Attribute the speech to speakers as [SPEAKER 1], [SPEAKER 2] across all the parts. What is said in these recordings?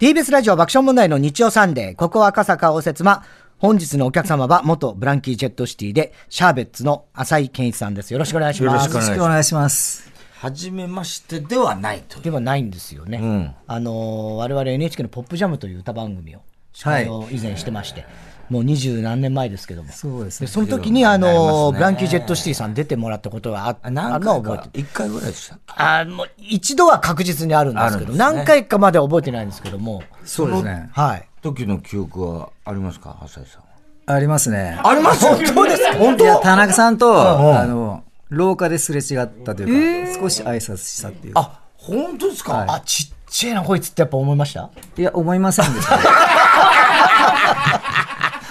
[SPEAKER 1] TBS ラジオ爆笑問題の日曜サンデー、ここ赤坂応接間。本日のお客様は元ブランキージェットシティで、シャーベッツの浅井健一さんです。よろしくお願いします。
[SPEAKER 2] よろしくお願いします。
[SPEAKER 3] はじめましてではないという。
[SPEAKER 1] ではないんですよね。
[SPEAKER 2] ん
[SPEAKER 1] あのー我々 NHK のポップジャムという歌番組を、
[SPEAKER 2] はい
[SPEAKER 1] あの以前してまして、もう二十何年前ですけども。
[SPEAKER 2] そうです
[SPEAKER 1] で
[SPEAKER 2] ね。
[SPEAKER 1] その時に、あのー
[SPEAKER 3] なりますね
[SPEAKER 1] ブランキージェットシティさん出てもらったことはあった
[SPEAKER 3] あ
[SPEAKER 1] の
[SPEAKER 3] 何
[SPEAKER 1] は
[SPEAKER 3] 回
[SPEAKER 1] 覚えて
[SPEAKER 3] か
[SPEAKER 1] る。
[SPEAKER 3] 一回ぐらいでした。
[SPEAKER 1] あの、一度は確実にあるんですけど、
[SPEAKER 3] あるんですね
[SPEAKER 1] 何回かまでは覚えてないんですけども、
[SPEAKER 2] そうですね。
[SPEAKER 1] はい。
[SPEAKER 3] 時の記憶はありますか、浅井さんは。
[SPEAKER 2] ありますね。
[SPEAKER 3] あります。本当ですか。本
[SPEAKER 2] いや、田中さんと、あの、廊下ですれ違ったというか、少し挨拶したっていう。
[SPEAKER 3] あ、本当ですか。
[SPEAKER 1] あ、ちっちゃいな、こいつってやっぱ思いました
[SPEAKER 2] いや、思いませんで した。い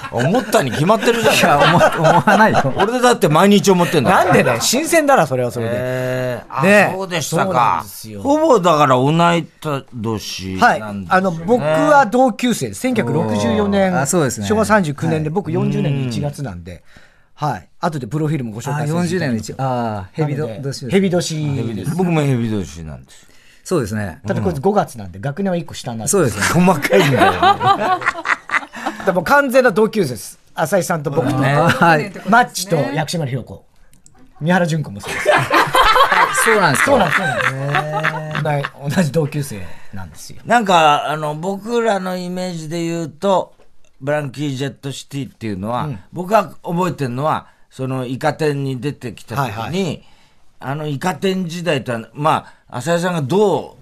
[SPEAKER 3] 思ったに決まってるじゃない。
[SPEAKER 2] や、思思わない よ。
[SPEAKER 3] 俺だって毎日思ってんだ。
[SPEAKER 1] なんでだよ、新鮮だな、それはそれで。
[SPEAKER 3] えーあ
[SPEAKER 1] ねえ
[SPEAKER 3] そうでした
[SPEAKER 1] そうなん
[SPEAKER 3] か
[SPEAKER 1] ですよ。
[SPEAKER 3] ほぼだから同い年
[SPEAKER 1] はい。
[SPEAKER 3] なんです
[SPEAKER 1] あの、僕は同級生です。1964年、
[SPEAKER 2] あそうですね
[SPEAKER 1] 昭和39年で、僕40年の1月なんで、はい。後でプロフィールもご紹
[SPEAKER 2] あ、
[SPEAKER 1] 介する
[SPEAKER 2] 40年の一、ああ、ヘビど、どうしよう
[SPEAKER 1] ヘビ年です。
[SPEAKER 3] 僕もヘビ年なんですよ。
[SPEAKER 2] そうですね。
[SPEAKER 1] だってこいつ5月なんで、学年は1個下になる。
[SPEAKER 2] そうですね。
[SPEAKER 3] 細かいんだよ。
[SPEAKER 1] でも完全な同級生です。浅井さんと僕と、
[SPEAKER 3] ね
[SPEAKER 2] はい。
[SPEAKER 1] マッチと薬師丸ひろ子。三原淳子もそうです。
[SPEAKER 2] そうなんです
[SPEAKER 1] そうなん
[SPEAKER 2] か。
[SPEAKER 1] ですそうなんです同じ同じ同級生なんですよ。
[SPEAKER 3] なんか、あの、僕らのイメージで言うと、ブランキー・ジェット・シティっていうのは、僕が覚えてるのは、そのイカ天に出てきた時に、
[SPEAKER 1] はい
[SPEAKER 3] あのイカ天時代とは、まあ、浅井さんがど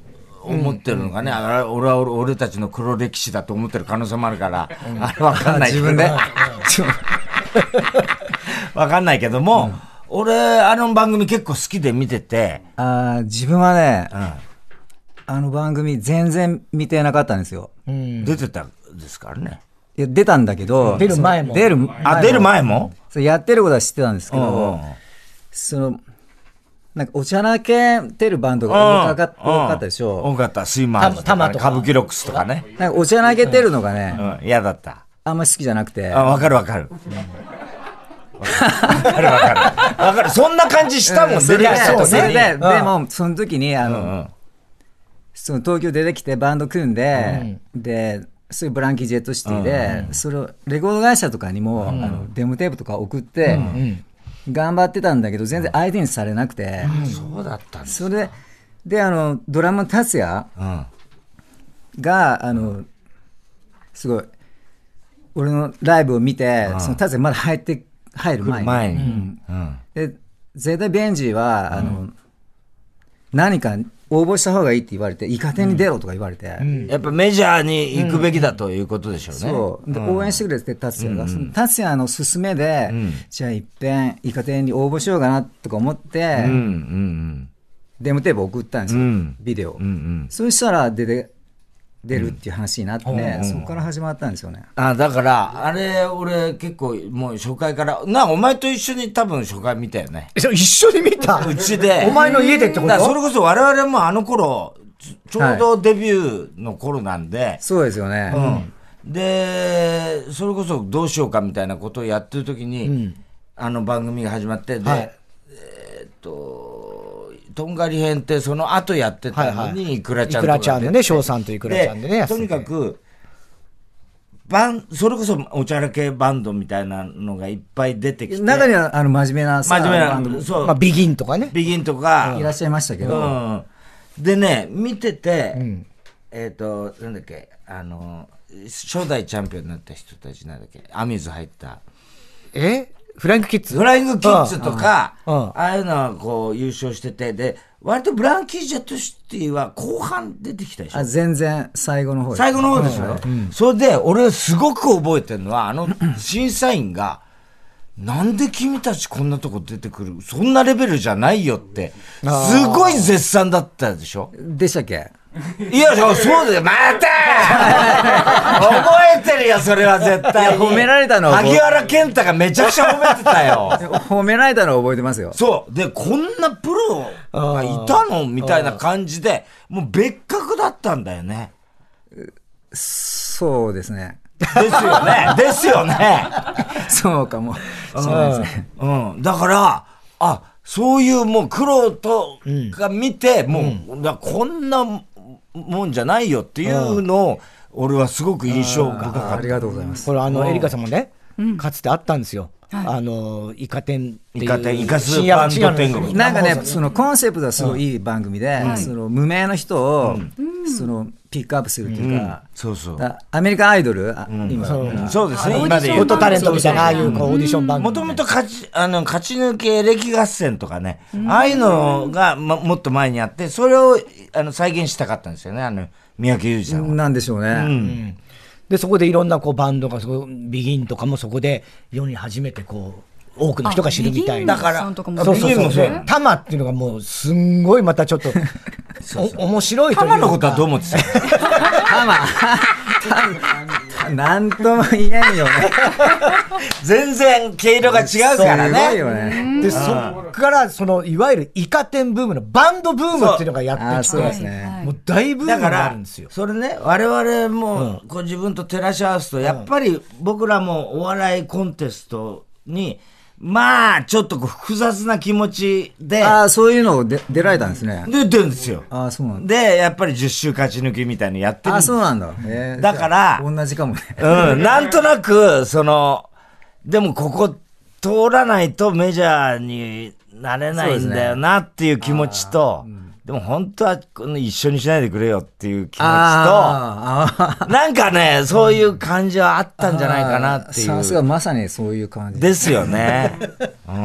[SPEAKER 3] う思ってるのかね、あれ俺は俺俺たちの黒歴史だと思ってる可能性もあるから、あれわかんないけどね。 わかんないけども、俺、あの番組結構好きで見てて、
[SPEAKER 2] あー自分はね、あの番組全然見てなかったんですよ。
[SPEAKER 3] 出てたんですからね。
[SPEAKER 2] いや、出たんだけど、
[SPEAKER 1] 出る前も
[SPEAKER 2] 出る前も
[SPEAKER 3] あ、出る前も
[SPEAKER 2] そうやってることは知ってたんですけ
[SPEAKER 3] うんう
[SPEAKER 2] ど
[SPEAKER 3] んうん、
[SPEAKER 2] その、なんか、おちゃらけてるバンドが多か多かったでし
[SPEAKER 3] うん
[SPEAKER 2] ょ。
[SPEAKER 3] 多かった。スイマーズとか、
[SPEAKER 1] たま
[SPEAKER 3] ね、
[SPEAKER 1] とか
[SPEAKER 3] 歌舞伎ロックスとかね。
[SPEAKER 2] なんか、おちゃらけてるのが
[SPEAKER 3] う
[SPEAKER 2] ね、
[SPEAKER 3] ん、嫌だった。
[SPEAKER 2] あんまり好きじゃなくて、
[SPEAKER 3] あ、わかるわかる。わかるわかる。わかる。そんな感じしたもん、
[SPEAKER 2] それ
[SPEAKER 3] 出
[SPEAKER 2] で、
[SPEAKER 3] てきた時に
[SPEAKER 2] それで、で
[SPEAKER 1] うん
[SPEAKER 2] も、その時に、あ
[SPEAKER 3] う
[SPEAKER 2] の、
[SPEAKER 3] ん
[SPEAKER 2] その東京出てきてバンド組んで、で、そういうブランキー・ジェットシティで、それをレコード会社とかにも、あのデモテープとか送って、頑張ってたんだけど、全然相手にされなくて、
[SPEAKER 3] そうだったんです。
[SPEAKER 2] それで、で、あの、ドラムの達也、
[SPEAKER 3] うん。
[SPEAKER 2] が、あの、すごい、俺のライブを見て、その達也まだ入って、入る前に。
[SPEAKER 3] 前に。うん。
[SPEAKER 2] で、絶対ベンジーは、あの、何か応募した方がいいって言われて、イカ天に出ろとか言われて、
[SPEAKER 3] やっぱメジャーに行くべきだということでしょうね。
[SPEAKER 2] そう。で、応援してくれて、達也が。その達也の勧めで、じゃあいっぺんイカ天に応募しようかなとか思って、
[SPEAKER 3] うんうん
[SPEAKER 2] デモテープ送ったんですよ、
[SPEAKER 3] うん
[SPEAKER 2] ビデオ。
[SPEAKER 3] うん。うんうん。
[SPEAKER 2] そうしたら、出て、出るっていう話になって、そこから始まったんですよね。
[SPEAKER 3] あだから、あれ、俺、結構、もう初回から、な、お前と一緒に多分初回見たよね。
[SPEAKER 1] えそう一緒に見た
[SPEAKER 3] うちで。
[SPEAKER 1] お前の家でってこと
[SPEAKER 3] だからそれこそ我々もあの頃、ちちょうどデビューの頃なんで、
[SPEAKER 2] そうですよね。
[SPEAKER 3] うんで、それこそどうしようかみたいなことをやってる時に、あの番組が始まって、で、
[SPEAKER 1] はい
[SPEAKER 3] えーっと、とんがり編ってその後やってたのに、いくらちゃ
[SPEAKER 1] いく
[SPEAKER 3] んと
[SPEAKER 1] ら
[SPEAKER 3] か
[SPEAKER 1] ちゃんのね、翔さんといくらちゃんでね、やって
[SPEAKER 3] と
[SPEAKER 1] て
[SPEAKER 3] にかく、バンそれこそおちゃらけバンドみたいなのがいっぱい出てきて、
[SPEAKER 2] 中にはあの真面目なさ
[SPEAKER 3] 真面目
[SPEAKER 2] バンド
[SPEAKER 3] な、
[SPEAKER 2] も
[SPEAKER 3] そう、
[SPEAKER 1] まあ、ビギンとかね。
[SPEAKER 3] ビギンとか
[SPEAKER 2] い、らっしゃいましたけど、
[SPEAKER 3] うん、でね見てて、えっ、となんだっけあの初代チャンピオンになった人たちなんだっけアミューズ入った
[SPEAKER 1] えフラインクキッズ
[SPEAKER 3] フライングキッズとか
[SPEAKER 1] うんうん
[SPEAKER 3] ああいうのはこう優勝しててで割とブランキー・ジェット・シティは後半出てきたでしょ
[SPEAKER 2] あ全然最後の方です
[SPEAKER 3] 最後の方ですよ、それで俺すごく覚えてるのは あの審査員がなんで君たちこんなとこ出てくるそんなレベルじゃないよってすごい絶賛だったでしょ
[SPEAKER 2] でしたっけ
[SPEAKER 3] いや、そうそうだよ。ま た覚えてるよ、それは絶対に。
[SPEAKER 2] いや褒められたのは
[SPEAKER 3] 萩原健太がめちゃくちゃ褒めて たよ。
[SPEAKER 2] 褒められたのを覚えてますよ
[SPEAKER 3] そう。で、こんなプロがいたのみたいな感じで、もう別格だったんだよね。
[SPEAKER 2] そうですね
[SPEAKER 3] です よね。ですよね。
[SPEAKER 2] そうかも
[SPEAKER 3] うん。だから、あ、そういうもう苦労とか見て、もう、だからこんなもんじゃないよっていうのを、俺はすごく印象深
[SPEAKER 2] あ
[SPEAKER 3] かっ
[SPEAKER 2] りがとうございます。
[SPEAKER 1] これあの、エリカさんもね、かつてあったんですよ。あの、イカ天っていう。
[SPEAKER 3] イカ天イカスーパー
[SPEAKER 1] 深夜の
[SPEAKER 3] 天国
[SPEAKER 2] なんかね、そのコンセプトはすごいいい番組で、その無名の人を、そのピックアップするというか、
[SPEAKER 3] た。そうそう。
[SPEAKER 2] だアメリカンアイドル、あ今、
[SPEAKER 3] そうですね、
[SPEAKER 1] オー
[SPEAKER 3] 今
[SPEAKER 1] デ
[SPEAKER 3] で言
[SPEAKER 1] ィ
[SPEAKER 3] う
[SPEAKER 1] ットタレントみたいな、ああいうこうオーディション番組。
[SPEAKER 3] もともと勝ち、あの、勝ち抜け歴合戦とかね、ああいうのが、ま、もっと前にあって、それを、あの、再現したかったんですよね、あの、三宅裕二さんは。
[SPEAKER 2] なんでしょうね。
[SPEAKER 1] で、そこでいろんなこうバンドが、そこビギンとかもそこで世に初めてこう、多くの人が知るみたいな。
[SPEAKER 3] だから
[SPEAKER 4] さんとかも
[SPEAKER 3] だ
[SPEAKER 1] そ
[SPEAKER 3] か
[SPEAKER 1] う
[SPEAKER 3] ら
[SPEAKER 1] そう
[SPEAKER 3] ビギン
[SPEAKER 1] そ
[SPEAKER 3] も
[SPEAKER 1] う
[SPEAKER 3] そう
[SPEAKER 1] そう。タマっていうのがもう、すんごいまたちょっ と、お面白いというか。
[SPEAKER 3] 浜のことはどう思ってた
[SPEAKER 2] たま、 たなんとも言えんよね。
[SPEAKER 3] 全然、毛色が違うから
[SPEAKER 2] すごい
[SPEAKER 3] ね。
[SPEAKER 2] よね。
[SPEAKER 1] で、そっから、その、いわゆるイカ天ブームのバンドブームっていうのがや
[SPEAKER 2] あ
[SPEAKER 1] っ
[SPEAKER 2] ー
[SPEAKER 1] てき
[SPEAKER 2] そうです
[SPEAKER 1] て、
[SPEAKER 2] ね。
[SPEAKER 1] もう大ブーム
[SPEAKER 3] だ
[SPEAKER 1] に
[SPEAKER 3] か
[SPEAKER 1] なる
[SPEAKER 3] ら
[SPEAKER 1] んですよ、。
[SPEAKER 3] それね、我々も、こう自分と照らし合わすと、やっぱり僕らもお笑いコンテストに、まあ、ちょっとこう複雑な気持ちで、
[SPEAKER 2] ああ、そういうのをで出られたんですね。
[SPEAKER 3] 出てるんですよ。
[SPEAKER 2] ああ、そうなんだ。
[SPEAKER 3] で、やっぱり10周勝ち抜きみたいなのやってるん
[SPEAKER 2] あ
[SPEAKER 3] で
[SPEAKER 2] あ、
[SPEAKER 3] す
[SPEAKER 2] そうなんだ。えー
[SPEAKER 3] だから
[SPEAKER 2] じゃあ同じかもね。
[SPEAKER 3] うん、なんとなく、その、でもここ通らないとメジャーになれないんだよなっていう気持ちと、でも本当はこの一緒にしないでくれよっていう気持ち
[SPEAKER 2] あ
[SPEAKER 3] と、なんかね、そういう感じはあったんじゃないかなってい
[SPEAKER 2] さすが
[SPEAKER 3] う。
[SPEAKER 2] まさにそういう感じ。
[SPEAKER 3] ですよね。 うん。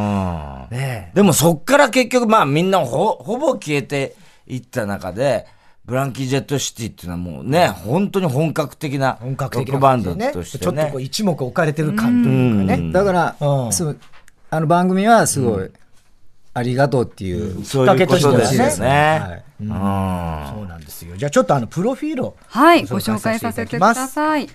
[SPEAKER 1] ね
[SPEAKER 3] でもそっから結局まあみんなほ、ほぼ消えていった中で、ブランキー・ジェット・シティっていうのはもうね、本当に本格的な
[SPEAKER 1] え本格
[SPEAKER 3] ロッ
[SPEAKER 1] 的な
[SPEAKER 3] クバン
[SPEAKER 1] 感じ
[SPEAKER 3] ド
[SPEAKER 1] で
[SPEAKER 3] としてね。
[SPEAKER 1] ちょっとこう一目置かれてる感というかね。
[SPEAKER 2] だから、
[SPEAKER 1] うん
[SPEAKER 2] そうあの番組はすごい、ありがとうっていう、
[SPEAKER 3] そういうことです
[SPEAKER 1] きっかけと
[SPEAKER 3] ね。
[SPEAKER 1] して
[SPEAKER 2] はね
[SPEAKER 3] うん
[SPEAKER 1] そうなんですよ。じゃあちょっとあの、プロフィールを。
[SPEAKER 4] はい、ご紹介させてください。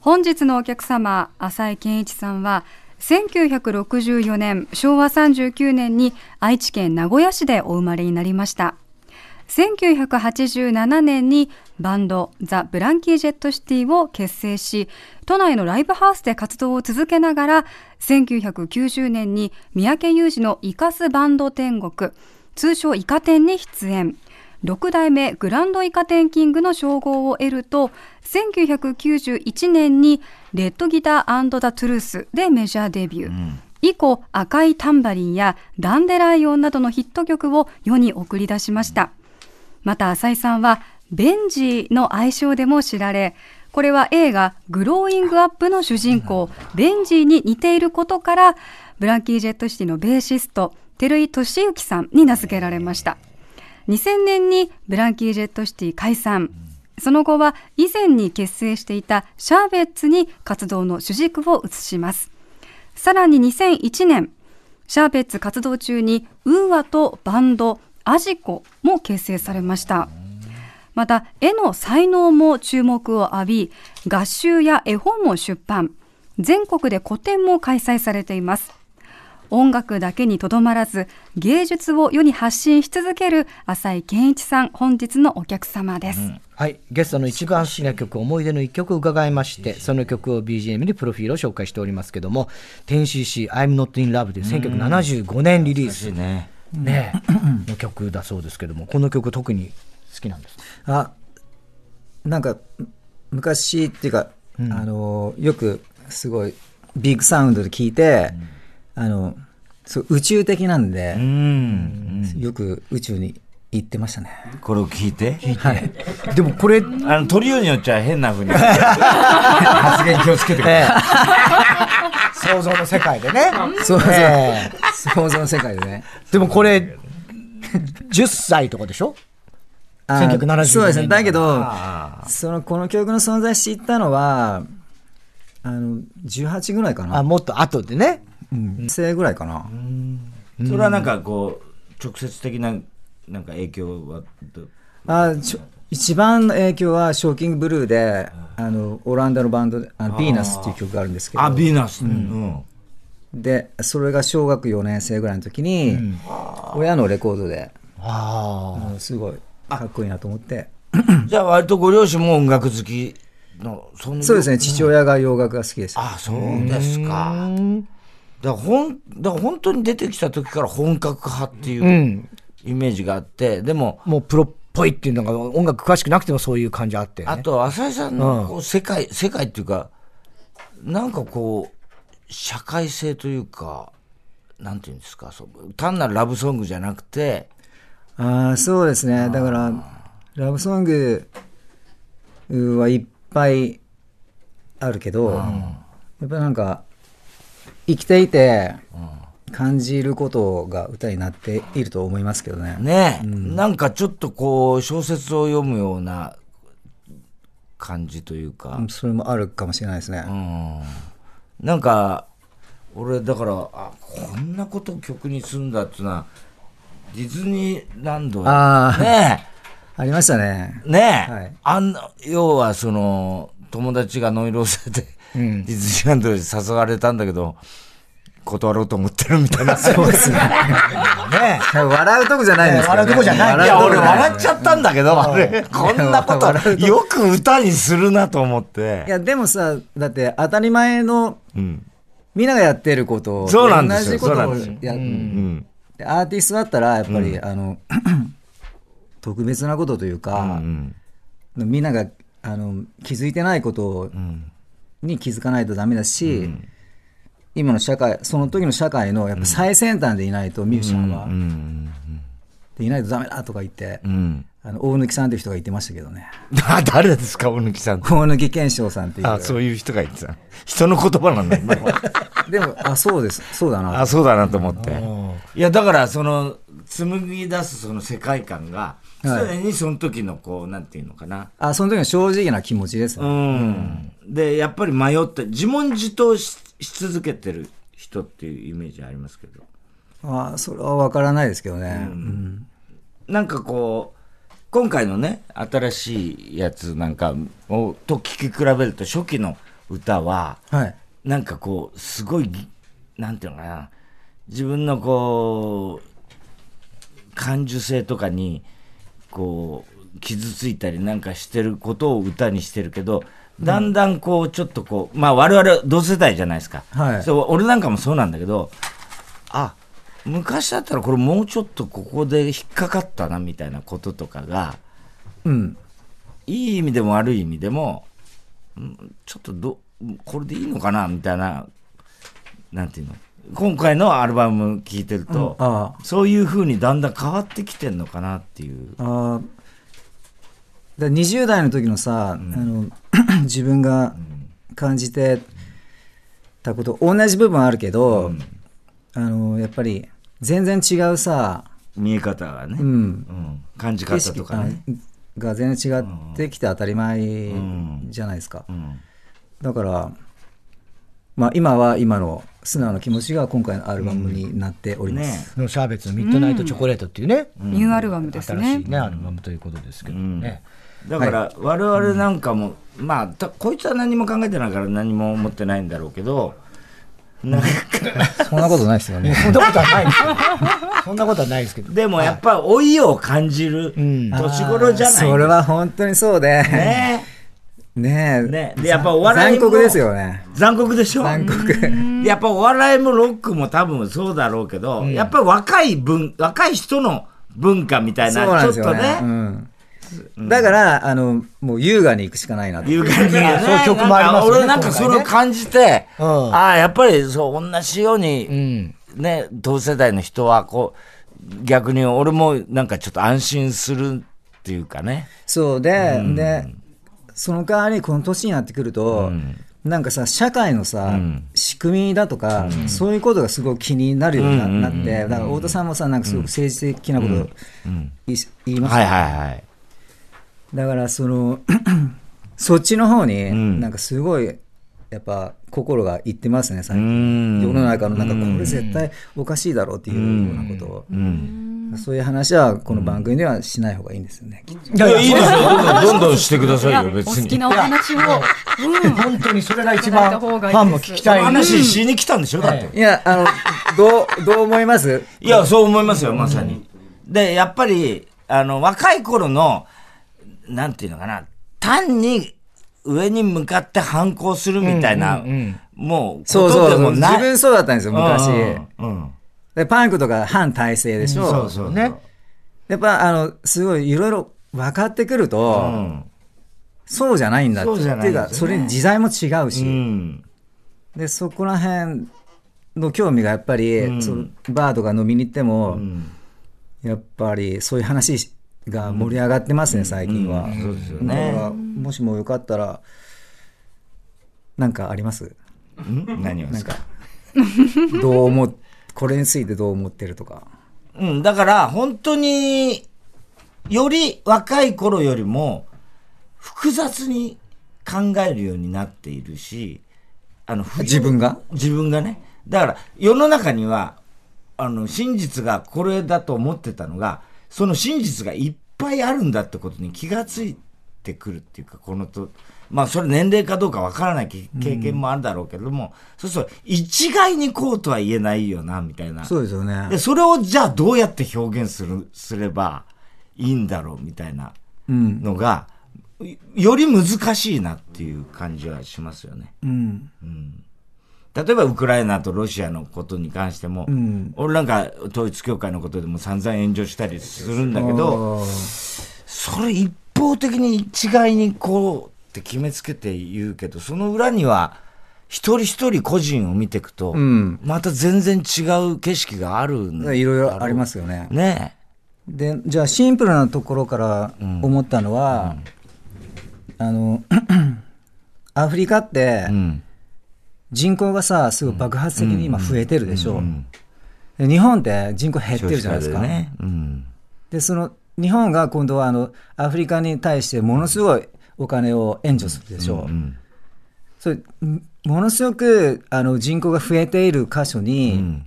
[SPEAKER 4] 本日のお客様、浅井健一さんは、1964年、昭和39年に愛知県名古屋市でお生まれになりました。1987年にバンドザ・ブランキー・ジェット・シティを結成し、都内のライブハウスで活動を続けながら、1990年に三宅裕二のイカスバンド天国、通称イカ天に出演。6代目グランドイカテンキングの称号を得ると1991年にレッドギターダ・トゥルースでメジャーデビュー、以降赤いタンバリンやダンデライオンなどのヒット曲を世に送り出しました、また浅井さんはベンジーの愛称でも知られこれは映画「グローイングアップ」の主人公ベンジーに似ていることからブランキー・ジェット・シティのベーシスト照井俊之さんに名付けられました2000年にブランキー・ジェット・シティ解散その後は以前に結成していたシャーベッツに活動の主軸を移しますさらに2001年、シャーベッツ活動中に、ウーアとバンド、アジコも結成されました。また、絵の才能も注目を浴び、合集や絵本も出版。全国で個展も開催されています。音楽だけにとどまらず、芸術を世に発信し続ける浅井健一さん、本日のお客様です。
[SPEAKER 1] はい。ゲストの一番好きな曲、思い出の一曲を伺いまして、その曲を BGM にプロフィールを紹介しておりますけども、10cc I'm Not in Love という1975年リリース、
[SPEAKER 3] ね。
[SPEAKER 1] ねえ、の曲だそうですけども、この曲特に好きなんですか
[SPEAKER 2] あなんかむ昔っていうか、あのよくすごいビッグサウンドで聞いて、あのそう宇宙的なんで、
[SPEAKER 3] うん。
[SPEAKER 2] よく宇宙に行ってましたね。
[SPEAKER 3] これを聞いて。
[SPEAKER 2] はい、
[SPEAKER 1] でも これ、
[SPEAKER 3] あの、鳥よによっちゃ変な風に。発言気をつけてください。
[SPEAKER 1] 想像の世界でね。
[SPEAKER 2] そうそう、
[SPEAKER 1] え
[SPEAKER 2] 想像の世界でね。
[SPEAKER 1] でもこれ、10歳とかでしょ
[SPEAKER 2] あ
[SPEAKER 1] 1970年代
[SPEAKER 2] そうですね。だけど
[SPEAKER 3] あ、
[SPEAKER 2] その、この曲の存在知ったのは、あの、18ぐらいか
[SPEAKER 1] あ、
[SPEAKER 2] な。
[SPEAKER 1] もっと後でね。
[SPEAKER 2] うん。生ぐらいかな。
[SPEAKER 3] それはなんかこう、直接的な、なんか影響は、ど
[SPEAKER 2] あちょ一番の影響は、ショッキングブルーで、あの、オランダのバンドで、あのビーナスっていう曲があるんですけど、
[SPEAKER 3] あ、ビーナス。うん。
[SPEAKER 2] で、それが小学4年生ぐらいの時に、親のレコードで、
[SPEAKER 1] あ
[SPEAKER 2] あのすごい、かっこいいなと思って、
[SPEAKER 3] じゃあ割とご両親も音楽好きの、そんな
[SPEAKER 2] そうですね、父親が洋楽が好きでした。
[SPEAKER 3] あそうですか。だからほんだから本当に出てきた時から本格派っていうイメージがあって、でも、
[SPEAKER 1] あ、もうプロ、ぽいっていうのが、音楽詳しくなくてもそういう感じあって、ね。
[SPEAKER 3] あと、浅井さんのこう世界、世界っていうか、なんかこう、社会性というか、なんていうんですか、そう単なるラブソングじゃなくて、
[SPEAKER 2] ああそうですねだからラブソングはいっぱいあるけど、やっぱなんか生きていて感じることが歌になっていると思いますけどね。
[SPEAKER 3] ねえ、なんかちょっとこう、小説を読むような感じというか、
[SPEAKER 2] うんそれもあるかもしれないですね。
[SPEAKER 3] なんか、俺、だから、あ、こんなこと曲にするんだっていうのは、ディズニーランド
[SPEAKER 2] あー
[SPEAKER 3] ねえ、
[SPEAKER 2] ありましたね。
[SPEAKER 3] ねえ、
[SPEAKER 2] はい
[SPEAKER 3] あんな要はその友達がノイローゼで、ディズニーランドに誘われたんだけど断ろうと思ってるみた いなそうです ねね
[SPEAKER 2] 笑うとこじゃないんですけど、ね。
[SPEAKER 1] 笑うとこじゃない
[SPEAKER 3] えい
[SPEAKER 2] 笑う
[SPEAKER 3] や
[SPEAKER 2] とこ
[SPEAKER 3] 俺
[SPEAKER 2] じゃない
[SPEAKER 3] 笑っちゃったんだけど、あれこんなことよく歌にするなと思っ
[SPEAKER 2] い
[SPEAKER 3] て
[SPEAKER 2] や、でもさ、だって当たり前の、みんながやってること、
[SPEAKER 3] そうなんですよ
[SPEAKER 2] 同じこと
[SPEAKER 3] そう
[SPEAKER 2] を
[SPEAKER 3] なんです
[SPEAKER 2] やる、でアーティストだったら、やっぱり、あの、 特別なことというか、みんながあの気づいてないことに気づかないとダメだし、今の社会、その時の社会のやっぱ最先端でいないと、ミュージシャンは、でいないとダメだとか言って、あの大貫さんという人が言ってましたけどね。
[SPEAKER 3] あ 誰ですか大貫さんって
[SPEAKER 2] 大貫健翔さんっていう。
[SPEAKER 3] あそういう人が言ってた人の言葉なんだ今の
[SPEAKER 2] でも、 あ、そうです。そうだな。
[SPEAKER 3] あそうだなと思って。いや、だから、その、紡ぎ出すその世界観が、
[SPEAKER 2] はい
[SPEAKER 3] 常にその時の、こう、なんていうのかな。
[SPEAKER 2] あ、その時の正直な気持ちです
[SPEAKER 3] う
[SPEAKER 2] ね。
[SPEAKER 3] ん。で、やっぱり迷って、自問自答しし続けてる人っていうイメージありますけど。
[SPEAKER 2] あ、それは分からないですけどね。うん
[SPEAKER 3] なんかこう、今回のね、新しいやつなんかを、と聞き比べると、初期の歌は、
[SPEAKER 2] はい。
[SPEAKER 3] なんかこう、すごいぎ、なんていうのかな、自分のこう、感受性とかに、こう、傷ついたりなんかしてることを歌にしてるけど、だんだんこう、ちょっとこう、まあ我々同世代じゃないですか。
[SPEAKER 2] はい
[SPEAKER 3] そう俺なんかもそうなんだけど、あ、昔だったらこれもうちょっとここで引っかかったなみたいなこととかが、
[SPEAKER 2] うん。
[SPEAKER 3] いい意味でも悪い意味でも、うんちょっとど、これでいいのかなみたいな、なんていうの今回のアルバム聴いてると、
[SPEAKER 2] あ
[SPEAKER 3] そういう風にだんだん変わってきてんのかなっていう。
[SPEAKER 2] あ。あだ20代の時のさ、あの 自分が感じてたこと、同じ部分はあるけど、あの、やっぱり全然違うさ、
[SPEAKER 3] 見え方がね、
[SPEAKER 2] う
[SPEAKER 3] うん
[SPEAKER 2] ん、
[SPEAKER 3] 感じ
[SPEAKER 2] 景
[SPEAKER 3] 方
[SPEAKER 2] 色
[SPEAKER 3] とかね。
[SPEAKER 2] あが全然違ってきて当たり前じゃないですか。
[SPEAKER 3] うん
[SPEAKER 2] だから、まあ、今は今の素直な気持ちが今回のアルバムになっておりま
[SPEAKER 3] ね
[SPEAKER 2] す。
[SPEAKER 1] のシャーベッツのミッドナイトチョコレートっていうね、
[SPEAKER 4] ニューアルバムです
[SPEAKER 1] 新
[SPEAKER 4] ね
[SPEAKER 1] しいね、アルバムということですけどね。
[SPEAKER 3] だから我々なんかも、まあたこいつは何も考えてないから何も思ってないんだろうけど、なんか
[SPEAKER 2] そんなことないですよね。
[SPEAKER 1] そんなことはないですよ。 そんなことはないですけど。
[SPEAKER 3] でもやっぱ老いを感じる年頃じゃない、
[SPEAKER 2] それは本当にそうで。ね
[SPEAKER 3] ね
[SPEAKER 2] え。
[SPEAKER 3] ねでやっぱお笑いも
[SPEAKER 2] 残酷ですよね。
[SPEAKER 3] 残酷でしょ
[SPEAKER 2] 残酷。
[SPEAKER 3] でやっぱお笑いもロックも多分そうだろうけど、やっぱり若い分、若い人の文化みたい
[SPEAKER 2] そ
[SPEAKER 3] な、
[SPEAKER 2] うなん
[SPEAKER 3] ち
[SPEAKER 2] で
[SPEAKER 3] ょっ
[SPEAKER 2] すよ
[SPEAKER 3] と
[SPEAKER 2] ね。う
[SPEAKER 3] ね、
[SPEAKER 2] んだから、あの、もう優雅に行くしかないなと。
[SPEAKER 3] いう感じがね。
[SPEAKER 1] そういう曲もありますよね
[SPEAKER 3] なんか俺なんかそ
[SPEAKER 1] 今回
[SPEAKER 3] れを
[SPEAKER 1] ね
[SPEAKER 3] 感じて、
[SPEAKER 1] うん
[SPEAKER 3] ああ、やっぱりそう、同じように、
[SPEAKER 1] うん。
[SPEAKER 3] ね、同世代の人は、こう、逆に俺もなんかちょっと安心するっていうかね。
[SPEAKER 2] そうで、で、その代わりこの年になってくると、なんかさ、社会のさ、仕組みだとか、そういうことがすごく気になるようにな,、って、だから太田さんもさ、なんかすごく政治的なことを言い言いました
[SPEAKER 3] はいはいはい。
[SPEAKER 2] だからその そっちの方に
[SPEAKER 3] ん
[SPEAKER 2] なんかすごいやっぱ心がいってますね最
[SPEAKER 3] う
[SPEAKER 2] 近
[SPEAKER 3] ん。
[SPEAKER 2] 世の中のなんかこれ絶対おかしいだろうっていうようなことを、そういう話はこの番組ではしない方がいいんですよね、きっと
[SPEAKER 1] いやいや、
[SPEAKER 3] すよ。どんどんどんどんしてくだ
[SPEAKER 4] いやお好きなお話を
[SPEAKER 1] 本当にそれが一番ファンも聞きたい。
[SPEAKER 3] 話しに来たんでしょだって。
[SPEAKER 2] いやあの どうどう思います
[SPEAKER 3] いや、そう思いますよ、まさに。で、やっぱり、あの、若い頃の、なんていうのかな、単に上に向かって反抗するみたいな、もう、
[SPEAKER 2] そうそう
[SPEAKER 3] ことでもな
[SPEAKER 2] 自
[SPEAKER 3] い。
[SPEAKER 2] 分そうだったんですよ昔、
[SPEAKER 3] うんうん
[SPEAKER 2] でパンクとか反体制でしょ、
[SPEAKER 3] そうそうそう。
[SPEAKER 1] ね。
[SPEAKER 2] やっぱあのすごいいろいろ分かってくると、そうじゃないんだって
[SPEAKER 3] そうじゃない
[SPEAKER 2] っていう
[SPEAKER 3] で
[SPEAKER 2] か
[SPEAKER 3] すね
[SPEAKER 2] それに時代も違うし、
[SPEAKER 3] うん。
[SPEAKER 2] でそこら辺の興味がやっぱり、そのバーとか飲みに行っても、やっぱりそういう話が盛り上がってますね、最近は、
[SPEAKER 3] そうですよ
[SPEAKER 2] だか
[SPEAKER 3] ね。
[SPEAKER 2] らもしもよかったらなんかあります
[SPEAKER 3] ん何をで
[SPEAKER 2] なん
[SPEAKER 3] すか
[SPEAKER 2] かどう思うこれについてどう思ってるとか
[SPEAKER 3] うん、だから本当に、より若い頃よりも複雑に考えるようになっているし、あの、不
[SPEAKER 2] 自分が
[SPEAKER 3] 自分がね。だから世の中には、あの、真実がこれだと思ってたのが、その真実がいっぱいあるんだってことに気がついてくるっていうか、このと、まあそれ年齢かどうかわからないけ経験もあるだろうけれども、そうすると一概にこうとは言えないよな、みたいな。
[SPEAKER 2] そうですよね
[SPEAKER 3] で、それをじゃあどうやって表現する、すればいいんだろうみたいなのが、より難しいなっていう感じはしますよね。
[SPEAKER 2] うん
[SPEAKER 3] 例えばウクライナとロシアのことに関しても、俺なんか統一教会のことでも散々炎上したりするんだけど、それ一方的に一概にこうって決めつけて言うけど、その裏には一人一人個人を見ていくと、
[SPEAKER 2] ん
[SPEAKER 3] また全然違う景色があるんだ
[SPEAKER 2] いろいろありますよね
[SPEAKER 3] ねえ。
[SPEAKER 2] でじゃあシンプルなところから思ったのは、あの アフリカって
[SPEAKER 3] うん。
[SPEAKER 2] 人口がさすごい爆発的に今増えてるでしょ、で日本って人口減ってるじゃないですか、
[SPEAKER 3] ね。うん。
[SPEAKER 2] でその日本が今度はあのアフリカに対してものすごいお金を援助するでしょう、
[SPEAKER 3] ん
[SPEAKER 2] それものすごくあの人口が増えている箇所に、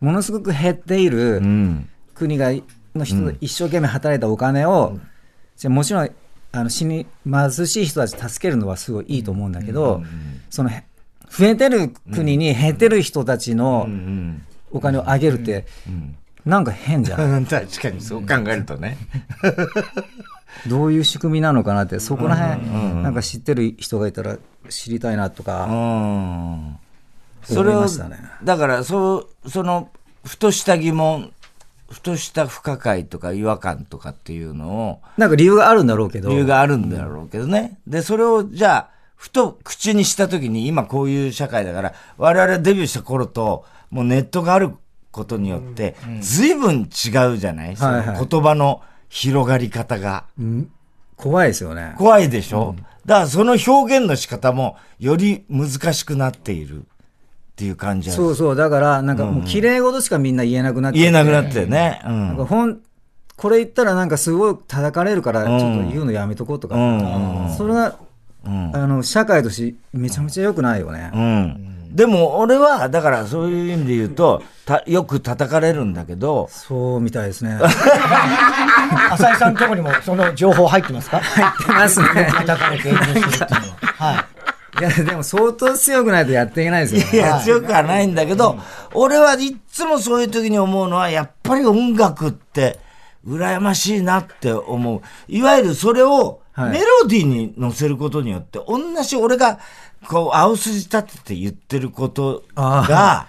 [SPEAKER 2] ものすごく減っている、
[SPEAKER 3] うん。
[SPEAKER 2] 国がの人一生懸命働いたお金を、じゃあもちろんあの死に貧しい人たち助けるのはすごいいいと思うんだけど、そのへ増えてる国に減ってる人たちの
[SPEAKER 3] うん。
[SPEAKER 2] お金をあげるって、なんか変 じゃん、
[SPEAKER 3] 確かにそう考えるとね。
[SPEAKER 2] どういう仕組みなのかなってそこら辺、なんか知ってる人がいたら知りたいなと
[SPEAKER 3] う
[SPEAKER 2] か
[SPEAKER 3] ん。そ
[SPEAKER 2] 思
[SPEAKER 3] れ
[SPEAKER 2] い
[SPEAKER 3] を、
[SPEAKER 2] ましたね。
[SPEAKER 3] だから、そう、その、ふとした疑問、ふとした不可解とか違和感とかっていうの
[SPEAKER 2] なんか理由があるんだろうけ
[SPEAKER 3] を、
[SPEAKER 2] ど
[SPEAKER 3] 理由があるんだろうけどね。で、それを、じゃあ、ふと口にしたときに、今こういう社会だから、我々デビューした頃と、もうネットがあることによって、随分違うじゃない、その
[SPEAKER 2] はいはい
[SPEAKER 3] 言葉の広がり方が。
[SPEAKER 2] 怖いですよね。
[SPEAKER 3] 怖いでしょ、だからその表現の仕方もより難しくなっているっていう感じは
[SPEAKER 2] そうそうだからなんかもう綺麗事しかみんな言えなくなっちゃって
[SPEAKER 3] 言えなくなってね。う
[SPEAKER 2] なん
[SPEAKER 3] ん。
[SPEAKER 2] かほんこれ言ったらなんかすごい叩かれるからちょっと言うのやめとこうとか、
[SPEAKER 3] うん
[SPEAKER 2] それは、
[SPEAKER 3] ん
[SPEAKER 2] あの社会としてめちゃめちゃ良くないよね、
[SPEAKER 3] うん。でも俺は、だからそういう意味で言うと、たよく叩かれるんだけど、
[SPEAKER 2] そうみたい ですね
[SPEAKER 1] 浅井さんのとこにもその情報入ってますか入って
[SPEAKER 2] ますね
[SPEAKER 1] 叩かれて炎上するっていうのは。はい。
[SPEAKER 2] いやでも相当強くないとやっていけないですよ
[SPEAKER 3] い
[SPEAKER 2] ね
[SPEAKER 3] や、強くはないんだけど、俺はいっつもそういう時に思うのは、やっぱり音楽って、羨ましいなって思う。いわゆるそれを、
[SPEAKER 2] はい
[SPEAKER 3] メロディーに乗せることによって、同じ俺が、こう、青筋立てて言ってることが、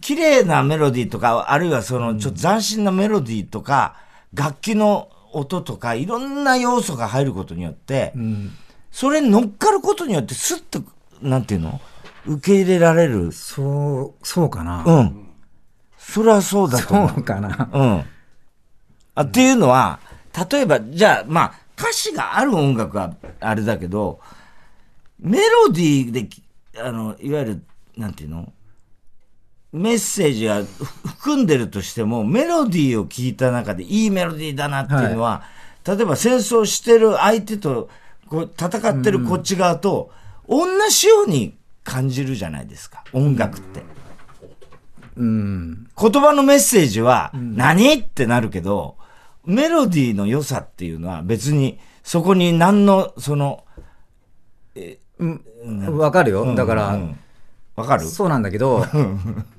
[SPEAKER 3] 綺麗なメロディーとか、あるいはその、ちょっと斬新なメロディーとか、楽器の音とか、いろんな要素が入ることによって、それに乗っかることによって、スッと、なんていうの受け入れられる。
[SPEAKER 2] そうそうかな、
[SPEAKER 3] うん。それはそうだと思う。
[SPEAKER 2] そうかな
[SPEAKER 3] うん。あ、っていうのは、例えば、じゃあ、まあ、歌詞がある音楽はあれだけど、メロディーでき、あの、いわゆる、なんていうのメッセージがふ含んでるとしても、メロディーを聞いた中で、いいメロディーだなっていうのは、例えば戦争してる相手と、こう、戦ってるこっち側と、同じように感じるじゃないですか、音楽って。言葉のメッセージは何、ってなるけど、メロディーの良さっていうのは別にそこに何の、その、
[SPEAKER 2] わかるよだから、
[SPEAKER 3] うんわかる
[SPEAKER 2] そうなんだけど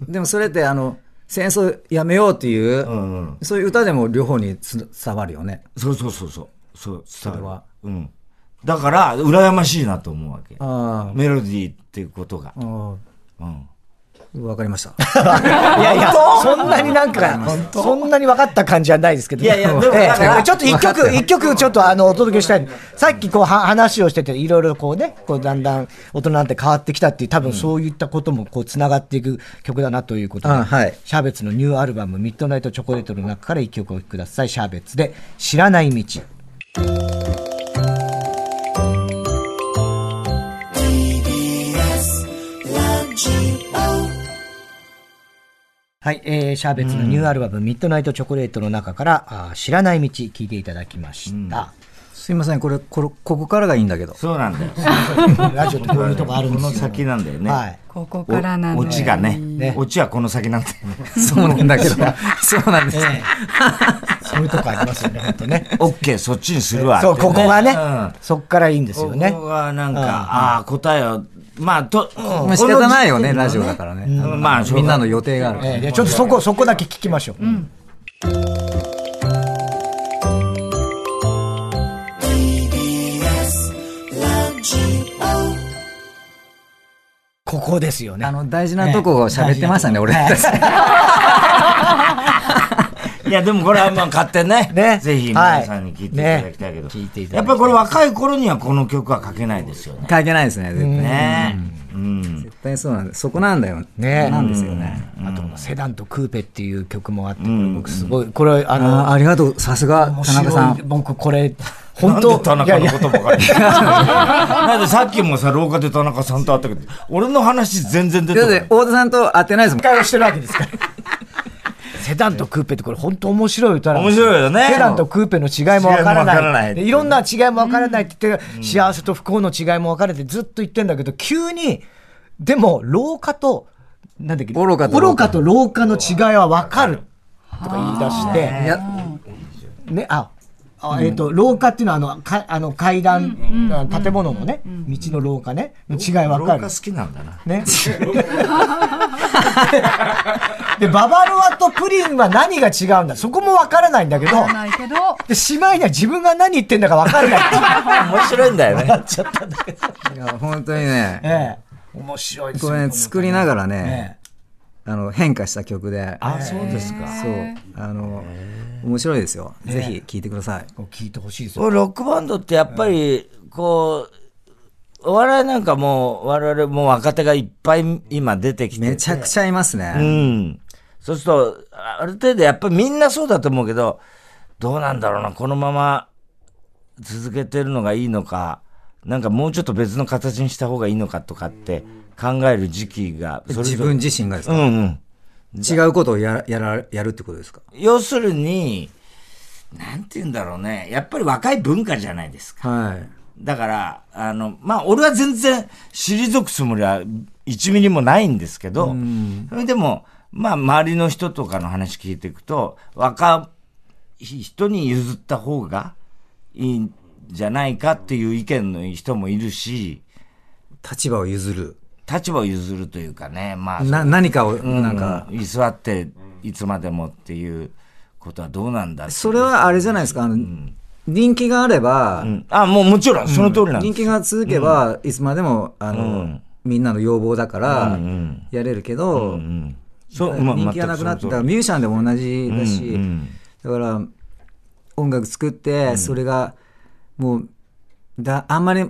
[SPEAKER 2] でもそれってあの戦争やめようっていう、
[SPEAKER 3] うんうん。
[SPEAKER 2] そういう歌でも両方につ伝わるよね
[SPEAKER 3] そうそうそうそう。そう、伝わる
[SPEAKER 2] れは
[SPEAKER 3] うん。だから、羨ましいなと思うわけ。
[SPEAKER 2] あ
[SPEAKER 3] メロディーっていうことが。
[SPEAKER 2] あ
[SPEAKER 3] うん。
[SPEAKER 2] わかりました。
[SPEAKER 1] いやいや、そんなになんか、そんなに分かった感じはないですけど。
[SPEAKER 3] いやいやでも
[SPEAKER 1] ええ
[SPEAKER 3] だから
[SPEAKER 1] ちょっと一曲、一曲ちょっとあの、お届けしたい。さっきこう、は話をしてて、いろいろこうね、こう、だんだん大人なんて変わってきたっていう、多分そういったこともこう、繋がっていく曲だなということで、
[SPEAKER 2] あはい
[SPEAKER 1] シャーベッツのニューアルバム、ミッドナイトチョコレートの中から一曲お聴きください。シャーベッツで、知らない道。はい、えーシャーベッツのニューアルバム、ミッドナイトチョコレートの中から、あー知らない道、聞いていただきました。
[SPEAKER 2] すいません、これ、これここからがいいんだけど。
[SPEAKER 3] そうなんだよ。
[SPEAKER 1] ラジオってこういうとこあるんで
[SPEAKER 3] こ
[SPEAKER 1] すよ
[SPEAKER 3] の先なんだよね。
[SPEAKER 1] はい。
[SPEAKER 4] ここ
[SPEAKER 3] お
[SPEAKER 4] からなんだ
[SPEAKER 3] オチがね
[SPEAKER 1] ね
[SPEAKER 3] オチはこの先なんだよ ね。
[SPEAKER 2] そうなんだけど。そうなんです。
[SPEAKER 1] そういうとこありますよね、本当ね。
[SPEAKER 3] オッケー、そっちにするわ。
[SPEAKER 1] そう、ここがね、
[SPEAKER 3] うん
[SPEAKER 1] そっからいいんですよね
[SPEAKER 3] こ。こがなんか、ああ、答えを、まあ、と、
[SPEAKER 2] まあ仕方ないよね、ラジオだからね。
[SPEAKER 3] ん
[SPEAKER 2] うん
[SPEAKER 3] まあしょ
[SPEAKER 2] み
[SPEAKER 3] うがない
[SPEAKER 2] んなの予定がある。
[SPEAKER 1] ええでちょっとそこ、そこだけ聞きましょう。ここですよね
[SPEAKER 2] あ。の、大事なとこを喋ってましたね、俺たち。
[SPEAKER 3] いや、でもこれはまあ買ってね。
[SPEAKER 1] ね
[SPEAKER 3] ぜひ皆さんに聞いていただきたいけど。
[SPEAKER 1] ね聞いていただきたい
[SPEAKER 3] やっぱりこれ若い頃にはこの曲は書けないですよね。
[SPEAKER 2] 関係ないですね、絶対。
[SPEAKER 3] ねうん。
[SPEAKER 2] 絶対そうなんです。そこなんだよ。
[SPEAKER 1] ね
[SPEAKER 2] なんですよね。
[SPEAKER 1] あとこのセダンとクーペっていう曲もあって、これ僕すごい、これあの、
[SPEAKER 2] あーありがとう、さすが、
[SPEAKER 1] 面
[SPEAKER 2] 田中さ
[SPEAKER 1] 白い
[SPEAKER 2] ん。
[SPEAKER 1] 僕これ、
[SPEAKER 3] な
[SPEAKER 1] 本
[SPEAKER 3] んで
[SPEAKER 1] 当、
[SPEAKER 3] 田中
[SPEAKER 1] い
[SPEAKER 3] の
[SPEAKER 1] やい
[SPEAKER 3] こ
[SPEAKER 1] や
[SPEAKER 3] とばかり。なんでさっきもさ、廊下で田中さんと会ったけど、俺の話全然出て
[SPEAKER 2] だ
[SPEAKER 3] こ
[SPEAKER 2] っ
[SPEAKER 3] ない
[SPEAKER 2] て、。大田さんと会ってないですもん。
[SPEAKER 1] 会話してるわけですから。 セダンとクーペってこれ本当面白い歌なんです
[SPEAKER 3] 面白いよね
[SPEAKER 1] セダンとクーペの違いもわから
[SPEAKER 3] 違いもわからな
[SPEAKER 1] ないい。でいろんな違いもわからないって言って、幸せと不幸の違いも分かれてずっと言ってんだけど、急に、でも、老化と、なんだっけ、
[SPEAKER 2] 愚かと
[SPEAKER 1] 愚かと老化の違いは分かる。とか言い出して、
[SPEAKER 2] いや、
[SPEAKER 1] ね、あ、あえっ、と、廊下っていうのは、あの、かあの階段、あの建物のね、道の廊下ね、の違いわ
[SPEAKER 3] 廊
[SPEAKER 1] か
[SPEAKER 3] 下
[SPEAKER 1] る
[SPEAKER 3] 好。きなんだな。
[SPEAKER 1] ね。で、ババロアとプリンは何が違うんだそこもわからないんだけど、
[SPEAKER 4] わかんないけど
[SPEAKER 1] で、しまいには自分が何言ってんだかわからないっていう
[SPEAKER 3] 面白いんだよね。
[SPEAKER 2] いや本当にね、
[SPEAKER 1] ええ面白いです
[SPEAKER 2] こ
[SPEAKER 1] よ
[SPEAKER 2] れね、作りながらね、
[SPEAKER 1] え
[SPEAKER 2] あの、変化した曲で、
[SPEAKER 3] あ、そうですか。
[SPEAKER 2] そう、あの、面白いですよ。ぜひ聴いてください。
[SPEAKER 1] えこう聞いてほしいですよ。
[SPEAKER 3] ロックバンドってやっぱり、こう、お笑いなんかもう、我々もう若手がいっぱい今出てきて。
[SPEAKER 2] めちゃくちゃいます
[SPEAKER 3] う
[SPEAKER 2] ね。
[SPEAKER 3] ん。そうすると、あある程度やっぱりみんなそうだと思うけど、どうなんだろうな、このまま続けてるのがいいのか、なんかもうちょっと別の形にした方がいいのかとかって考える時期が、それ
[SPEAKER 2] 自
[SPEAKER 3] ぞれ
[SPEAKER 2] 分自身がです
[SPEAKER 3] う
[SPEAKER 2] か、
[SPEAKER 3] んうん。
[SPEAKER 2] 違うことをやらやらやるってことですか
[SPEAKER 3] 要するに、なんて言うんだろうね、やっぱり若い文化じゃないですか。
[SPEAKER 2] はい。
[SPEAKER 3] だから、あの、まあ、俺は全然退くつもりは1ミリもないんですけど、それでも、まあ、周りの人とかの話聞いていくと、若い人に譲った方がいいんじゃないかっていう意見の人もいるし、
[SPEAKER 2] 立場を譲る。
[SPEAKER 3] 立場を譲るというかね、まあ、
[SPEAKER 2] な、何かを、
[SPEAKER 3] うん
[SPEAKER 2] なんか、
[SPEAKER 3] 居座っていつまでもっていうことはどうなんだっていう
[SPEAKER 2] それ、はあれじゃないですか、あの、人気があれば
[SPEAKER 3] う、んあ、もうもちろん、その通りなんです
[SPEAKER 2] 人気が続けば、いつまでも、あの、みんなの要望だから、やれるけど、
[SPEAKER 3] そう、まあ
[SPEAKER 2] 人気がなくなって、だか
[SPEAKER 3] 全くそ
[SPEAKER 2] ら
[SPEAKER 3] の
[SPEAKER 2] ミュージシャンでも同じだ
[SPEAKER 3] 通りう
[SPEAKER 2] し
[SPEAKER 3] んう、ん
[SPEAKER 2] だから音楽作ってそれがもうだあんまり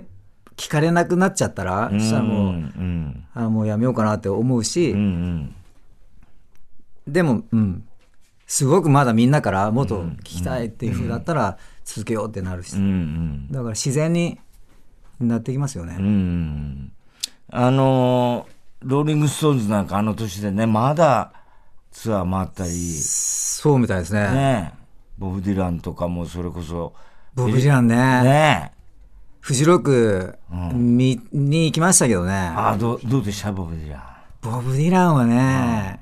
[SPEAKER 2] 聞かれなくなっちゃったら、そしたらもう、
[SPEAKER 3] うん
[SPEAKER 2] あもうやめようかなって思うし、
[SPEAKER 3] うんうん
[SPEAKER 2] でもうんすごくまだみんなからもっと聞きたいっていう風だったら続けようってなるし、
[SPEAKER 3] うんうん
[SPEAKER 2] だから自然になってきますよね、
[SPEAKER 3] うんうんあのーローリング・ストーンズなんかあの年でねまだツアー回ったり
[SPEAKER 2] そうみたいですね
[SPEAKER 3] ねボブ・ディランとかもそれこそ
[SPEAKER 2] ボブ・ディランね
[SPEAKER 3] ね
[SPEAKER 2] フジロック見に行きましたけどね
[SPEAKER 3] あどどうでしたボブ・ディラン
[SPEAKER 2] ボブ・ディランはね、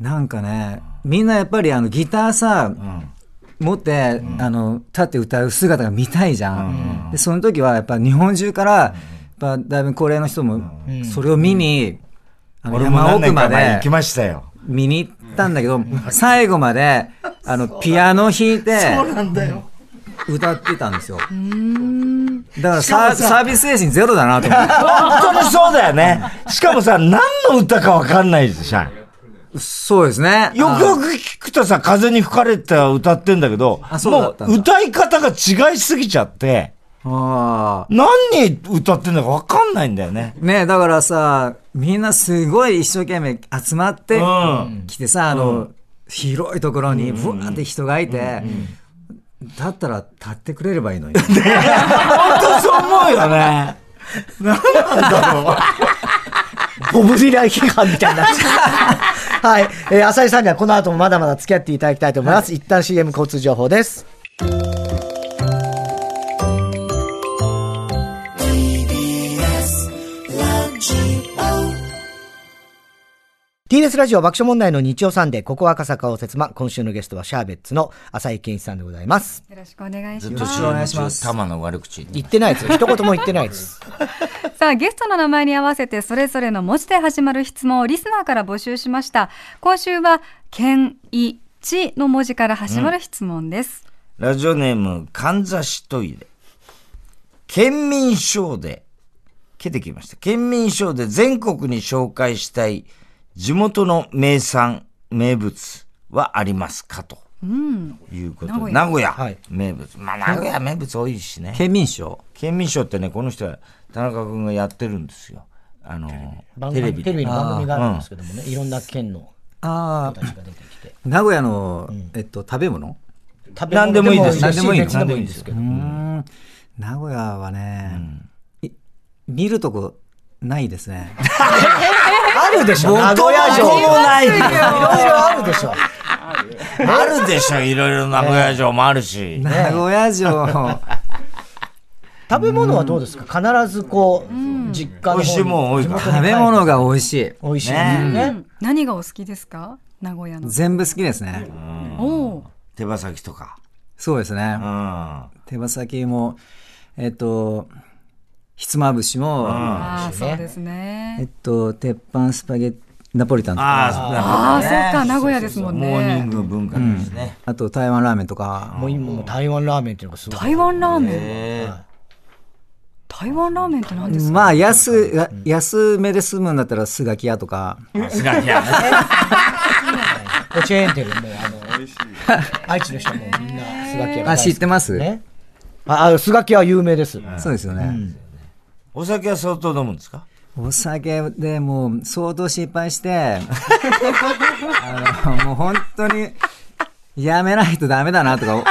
[SPEAKER 2] なんかね、みんなやっぱりあのギターさ、持って、あの立って歌う姿が見たいじゃん。でその時はやっぱ日本中から、やっぱだいぶ高齢の人もそれを見に、あの
[SPEAKER 3] 俺も
[SPEAKER 2] 山
[SPEAKER 3] 何
[SPEAKER 2] 奥
[SPEAKER 3] 年
[SPEAKER 2] ま
[SPEAKER 3] か前行
[SPEAKER 2] で
[SPEAKER 3] きましたよ
[SPEAKER 2] 見に行ったんだけど、最後まであのピアノ弾いて歌ってたんですよ。だからササービス精神ゼロだなと思 って。
[SPEAKER 3] 本当にそうだよね。しかもさ、何の歌かわかんないじゃん。
[SPEAKER 2] そうですね。
[SPEAKER 3] よくよく聞くとさ、風に吹かれた歌ってんだけど
[SPEAKER 2] あ、そうだ
[SPEAKER 3] も
[SPEAKER 2] ったんだ
[SPEAKER 3] う歌い方が違いすぎちゃって、
[SPEAKER 2] ああ。
[SPEAKER 3] 何歌ってんだかわかんないんだよね。
[SPEAKER 2] ねだからさ、みんなすごい一生懸命集まって
[SPEAKER 3] うん
[SPEAKER 2] きてさ、あの、広いところにブワーって人がいて、だったら立ってくれればいいのに。
[SPEAKER 3] 本当そう思うよね。
[SPEAKER 1] ボブ・ディラン批判みたいになっちゃうはい、えー浅井さんにはこの後もまだまだ付き合っていただきたいと思います、一旦 CM 交通情報ですラジオ TBS ラジオ爆笑問題の日曜サンデー、ここ赤坂を説ま、今週のゲストはシャーベッツの浅井健一さんでございます。
[SPEAKER 4] よろしくお願いし
[SPEAKER 3] ずっ
[SPEAKER 4] ま
[SPEAKER 3] と
[SPEAKER 4] す。
[SPEAKER 2] お願いします
[SPEAKER 3] CM 中玉の悪口。
[SPEAKER 1] 言ってないですよ。一言も言ってないです。
[SPEAKER 4] さあゲストの名前に合わせてそれぞれの文字で始まる質問をリスナーから募集しました今週は「けんいち」の文字から始まる質問です、
[SPEAKER 3] ラジオネーム、かんざしトイレ。県民賞で、出てきました。県民賞で全国に紹介したい地元の名産、名物はありますかと。いうことで。名
[SPEAKER 4] 名
[SPEAKER 3] 古屋。
[SPEAKER 1] はい
[SPEAKER 3] 名物。まあ、名古屋名物多いしね。
[SPEAKER 2] 県民賞
[SPEAKER 3] 県民賞ってね、この人は田中君がやってるんですよ。あの、テレビ
[SPEAKER 1] テ
[SPEAKER 3] で。
[SPEAKER 1] レビの番組があるんですけどもね、いろんな県の
[SPEAKER 2] ああ、
[SPEAKER 1] が出てきて。
[SPEAKER 2] 名古屋の、えっと、食べ物
[SPEAKER 1] 食べ
[SPEAKER 3] 何でもいいです。
[SPEAKER 2] 何でもいい
[SPEAKER 1] 別でもいいんですけど。
[SPEAKER 2] うん名古屋はね、い見るとこないですね。
[SPEAKER 1] あるでしょ名古屋城。
[SPEAKER 3] 元も子もない
[SPEAKER 1] いろいろあるでしょ。
[SPEAKER 3] あるでしょ、いろいろ名古屋城もあるし。
[SPEAKER 2] 名古屋 城、
[SPEAKER 1] 食べ物はどうですか必ずこう、実家の方に。
[SPEAKER 3] 美味しいもん多いから
[SPEAKER 2] 食べ物が美味しい。
[SPEAKER 1] 美味しいもん
[SPEAKER 4] う
[SPEAKER 1] ね。
[SPEAKER 4] ん、何がお好きですか名古屋の、
[SPEAKER 2] 全部好きですね。
[SPEAKER 4] おお
[SPEAKER 3] 手羽先とか。
[SPEAKER 2] そうですね。
[SPEAKER 3] うん。
[SPEAKER 2] 手羽先も、えっと、ひつまぶしも、
[SPEAKER 4] ああそうですね
[SPEAKER 2] えっと、鉄板スパゲッナポリタンとか、
[SPEAKER 4] あ
[SPEAKER 3] あ
[SPEAKER 4] あそうか名古屋ですもん
[SPEAKER 3] モーニ
[SPEAKER 4] ね
[SPEAKER 3] ング文化ですね。
[SPEAKER 2] あと台湾ラーメンとか、
[SPEAKER 1] もう今もう台湾ラーメンっていうのがすごい。
[SPEAKER 4] 台湾ラーメン、
[SPEAKER 3] えー
[SPEAKER 4] 台湾ラーメンって何ですか
[SPEAKER 2] まあ、安、や安めで済むんだったら、すがき屋とか、
[SPEAKER 3] さす がにや
[SPEAKER 1] おチェーン店でもうあの、愛知の人もみんなスガキ屋が大好き。
[SPEAKER 2] あ、知ってます、
[SPEAKER 1] ね。あ、あスガキは有名です。
[SPEAKER 2] そうですよね。
[SPEAKER 3] お酒は相当飲むんですか
[SPEAKER 2] お酒でもう相当失敗して、あのもう本当にやめないとダメだなとか、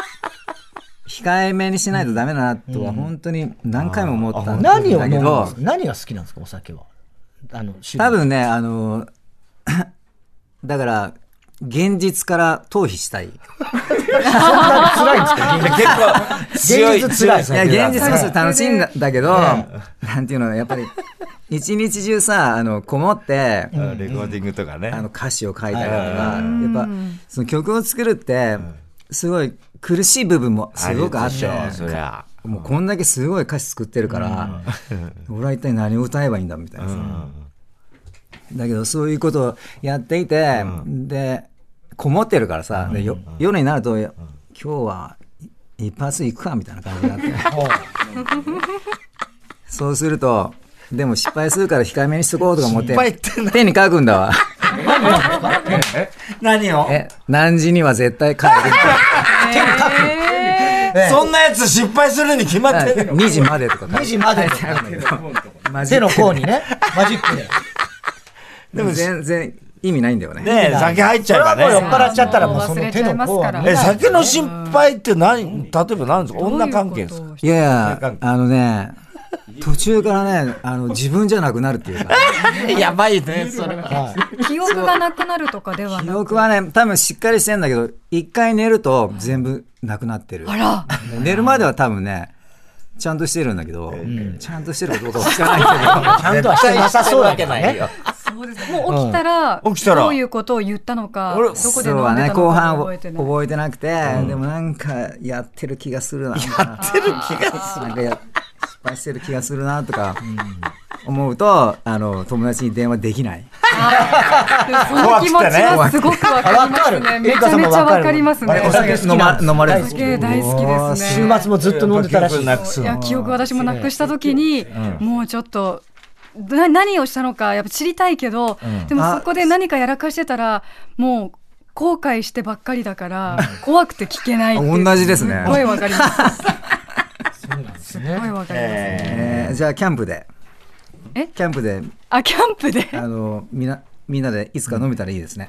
[SPEAKER 2] 控えめにしないとダメだなとは本当に何回も思ったんだ
[SPEAKER 1] 何
[SPEAKER 2] け
[SPEAKER 1] を飲むん
[SPEAKER 2] ど
[SPEAKER 1] です、何が好きなんですかお酒は。あの、
[SPEAKER 2] 多分ね、あの、だから、現実から逃避 したい。い
[SPEAKER 1] 辛いんですけど、現
[SPEAKER 3] 結構 強い。
[SPEAKER 1] 現実辛い
[SPEAKER 2] や、現実もそ
[SPEAKER 3] は
[SPEAKER 2] れ楽しいんだだけど、なんていうの、やっぱり、一日中さ、あの、こもって、
[SPEAKER 3] レコーディングとかね。
[SPEAKER 2] あの歌詞を書いたりとか、やっぱその曲を作るって、すごい苦しい部分もすごくあっ
[SPEAKER 3] るで
[SPEAKER 2] て
[SPEAKER 3] しょ、そりゃ。
[SPEAKER 2] もうこんだけすごい歌詞作ってるから、俺は一体何を歌えばいいんだみたいなさ、だけどそういうことをやっていて、で、こもってるからさ、でよ夜になると、今日は一発行くかみたいな感じになって、そうすると、でも失敗するから控えめにしとこうとか思って、
[SPEAKER 3] 失敗ってな
[SPEAKER 2] 手に書くんだわ。
[SPEAKER 3] 何を
[SPEAKER 2] え、何時には絶対帰る。
[SPEAKER 3] そんなやつ失敗するに決まってる。
[SPEAKER 2] 2時までと か書いてある。2
[SPEAKER 1] 時までとか書いてあ
[SPEAKER 2] るんだ
[SPEAKER 1] 手
[SPEAKER 2] けど。
[SPEAKER 1] の甲にね、マジックで。
[SPEAKER 2] でも全然意味ないんだよね。
[SPEAKER 3] ねえ、酒入っちゃえば
[SPEAKER 1] もう酔っ
[SPEAKER 3] ね。
[SPEAKER 1] 払っちゃったらもうその手の甲は見な
[SPEAKER 3] え、
[SPEAKER 1] い
[SPEAKER 3] 酒の心配って何、例えば何ですか女関係ですか
[SPEAKER 4] どういうこと
[SPEAKER 2] い
[SPEAKER 4] を
[SPEAKER 2] やいや、あのね、途中からね、あの、自分じゃなくなるっていう か、
[SPEAKER 3] やばいね、それ。
[SPEAKER 4] 記憶がなくなるとかでは
[SPEAKER 2] 記
[SPEAKER 4] なく
[SPEAKER 2] 憶はね、多分しっかりしてんだけど、一回寝ると全部なくなってる
[SPEAKER 4] あ。ら
[SPEAKER 2] 寝るまでは多分ね、ちゃんとしてるんだけど、ちゃんとしてるかどうかは聞かない
[SPEAKER 1] ちゃん
[SPEAKER 2] け ど、
[SPEAKER 1] とはしてなさそうだけどね。
[SPEAKER 4] そうですもう起きたら、
[SPEAKER 3] うん起きたら
[SPEAKER 4] どういうことを言ったのか、
[SPEAKER 3] 俺
[SPEAKER 4] どこ
[SPEAKER 2] そ
[SPEAKER 4] で飲
[SPEAKER 2] うんは
[SPEAKER 4] で
[SPEAKER 2] ね、
[SPEAKER 4] た
[SPEAKER 2] 後
[SPEAKER 4] のか
[SPEAKER 2] 半
[SPEAKER 4] 覚えてない。
[SPEAKER 2] 覚えてなくて、でもなんかやってる気がするな。やってる気がする。なんかや失敗してる気がするなとか、思うと、あの、友達に電話できない。
[SPEAKER 4] その気持ちはすごくわかりますね。めちゃめちゃわかりますね。
[SPEAKER 1] お酒好き
[SPEAKER 2] 飲ま
[SPEAKER 1] な
[SPEAKER 2] 飲まれる
[SPEAKER 4] お酒大好きです
[SPEAKER 1] 週
[SPEAKER 4] ね。
[SPEAKER 1] 末もずっと飲んでたらしい。
[SPEAKER 3] なくす
[SPEAKER 4] いや記憶私もなくした時に、もうちょっと。な何をしたのかやっぱ知りたいけど、でもそこで何かやらかしてたらもう後悔してばっかりだから怖くて聞けないっていう
[SPEAKER 2] 同じですね
[SPEAKER 4] すごいわかり ますすごいわかります、
[SPEAKER 2] えーじゃあ、キャンプで。
[SPEAKER 4] え
[SPEAKER 2] キャンプで、
[SPEAKER 4] あキャンプで
[SPEAKER 2] あの、みな、みんなでいつか飲めたらいいですね。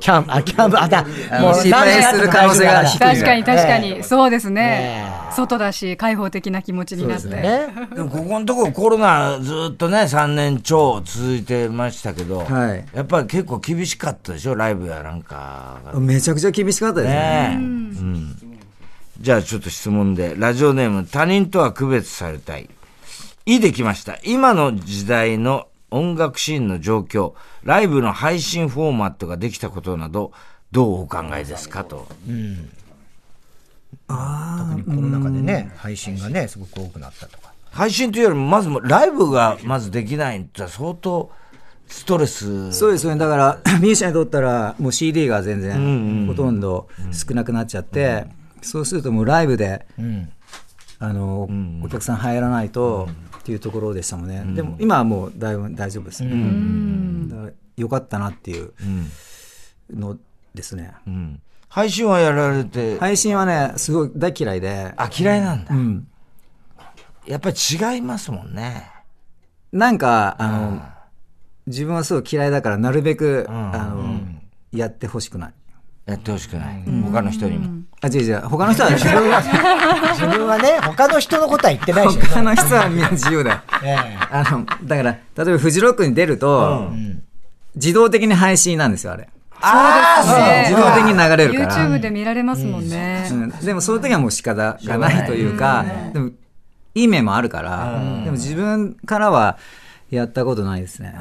[SPEAKER 1] キャンプ、あ、キャンプ、あ、だ、もう
[SPEAKER 2] 失敗する可能性が低い
[SPEAKER 4] 確かに確か
[SPEAKER 1] え
[SPEAKER 4] に、そうですね外だし開放的な気持ちになって、
[SPEAKER 1] えね
[SPEAKER 3] でもここのところコロナずっとね3年超続いてましたけど、
[SPEAKER 2] はい
[SPEAKER 3] やっぱり結構厳しかったでしょライブやなんかが
[SPEAKER 2] めちゃくちゃ厳しかったですね。
[SPEAKER 3] ねえうんじゃあちょっと質問でラジオネーム他人とは区別されたいいいできました今の時代の音楽シーンの状況ライブの配信フォーマットができたことなどどうお考えですかと
[SPEAKER 1] この中でね、配信がね、すごく多くなったとか。
[SPEAKER 3] 配信というよりもまずもうライブがまずできないって相当ストレス
[SPEAKER 2] そうですよね。だから、 ミュージシャンにとったら、もう CD が全然、ほとんど少なくなっちゃって、そうするともうライブで、あの、お客さん入らないと、っていうところでしたもんね。でも、今はもうだいぶ大丈夫です。だからよかったなっていうのですね。
[SPEAKER 3] うん配信はやられて、
[SPEAKER 2] 配信はね、すごい大嫌いで、
[SPEAKER 3] あ嫌いなんだ、
[SPEAKER 2] ん
[SPEAKER 3] やっぱり違いますもんね
[SPEAKER 2] なんか、あの、自分はすごい嫌いだから、なるべく、あの、やってほしくない。
[SPEAKER 3] やってほしくない、他の人にも、
[SPEAKER 2] あ、違う 違う、他の人は自分は、
[SPEAKER 1] 自分はね、他の人のことは言ってないしね。
[SPEAKER 2] 他の人はみんな自由だ よ。
[SPEAKER 1] ええ
[SPEAKER 2] あの、だから、例えばフジロックに出ると、自動的に配信なんですよ、あれ。
[SPEAKER 3] あ
[SPEAKER 4] そうです
[SPEAKER 2] 自
[SPEAKER 4] ね
[SPEAKER 2] 動的に流れるから。
[SPEAKER 4] YouTube で見られますもんね、
[SPEAKER 2] うんでもその時はもう仕方がないというか、でも、いい面もあるから、でも自分からはやったことないですね。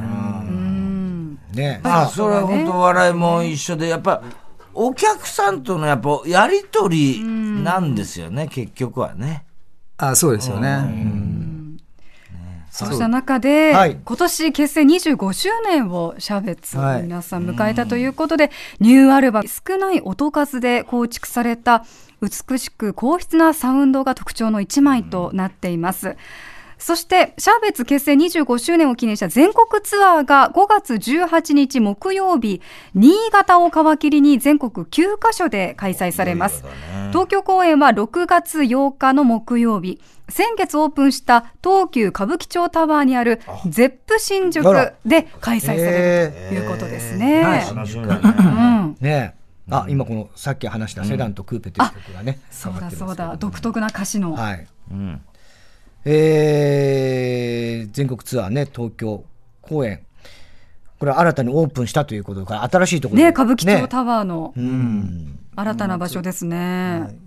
[SPEAKER 1] ね
[SPEAKER 3] あそれは本当笑いも一緒でやっぱお客さんとのやっぱやり取りなんですよね、結局はね
[SPEAKER 2] あ、そうですよね。うん
[SPEAKER 4] そうした中で、
[SPEAKER 1] はい
[SPEAKER 4] 今年結成25周年をシャーベッツの皆さん迎えたということで、ニューアルバム「少ない音数」で構築された美しく硬質なサウンドが特徴の一枚となっています。そして、シャーベッツ結成25周年を記念した全国ツアーが5月18日木曜日、新潟を皮切りに全国9カ所で開催されます。東京公演は6月8日の木曜日、先月オープンした東急歌舞伎町タワーにあるゼップ新宿で開催されるということですね。
[SPEAKER 3] 楽しみだね
[SPEAKER 4] うん、
[SPEAKER 1] ねあ、今この、さっき話したセダンとクーペという曲がね。
[SPEAKER 4] そうだそうだ、独特な歌詞の。
[SPEAKER 1] はい。
[SPEAKER 3] うん
[SPEAKER 1] えー全国ツアーね、東京公演。これは新たにオープンしたということから、新しいところ
[SPEAKER 4] ね、歌舞伎町
[SPEAKER 1] ね
[SPEAKER 4] タワーの
[SPEAKER 1] うん。
[SPEAKER 4] 新たな場所ですね。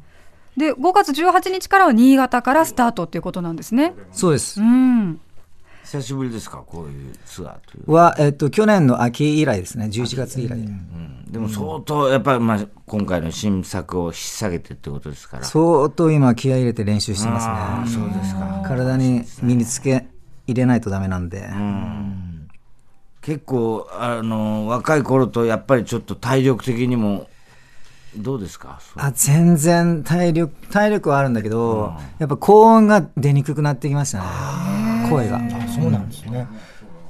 [SPEAKER 4] で、5月18日からは新潟からスタートということなんですね。
[SPEAKER 2] そうです
[SPEAKER 4] う。ん、
[SPEAKER 3] 久しぶりですかこういうツアーという、
[SPEAKER 2] は、えっと、去年の秋以来ですね、11月以来。
[SPEAKER 3] うんでも相当やっぱり、まあ、今回の新作を引っ提げてってことですから
[SPEAKER 2] 相当今気合い入れて練習してますね。
[SPEAKER 3] ああそうですか
[SPEAKER 2] 体に身につけ入れないとダメなんで、
[SPEAKER 3] 結構あの若い頃とやっぱりちょっと体力的にもどうですかそう
[SPEAKER 2] あ全然体力体力はあるんだけど、やっぱ高音が出にくくなってきましたね声が
[SPEAKER 1] そうなんですね。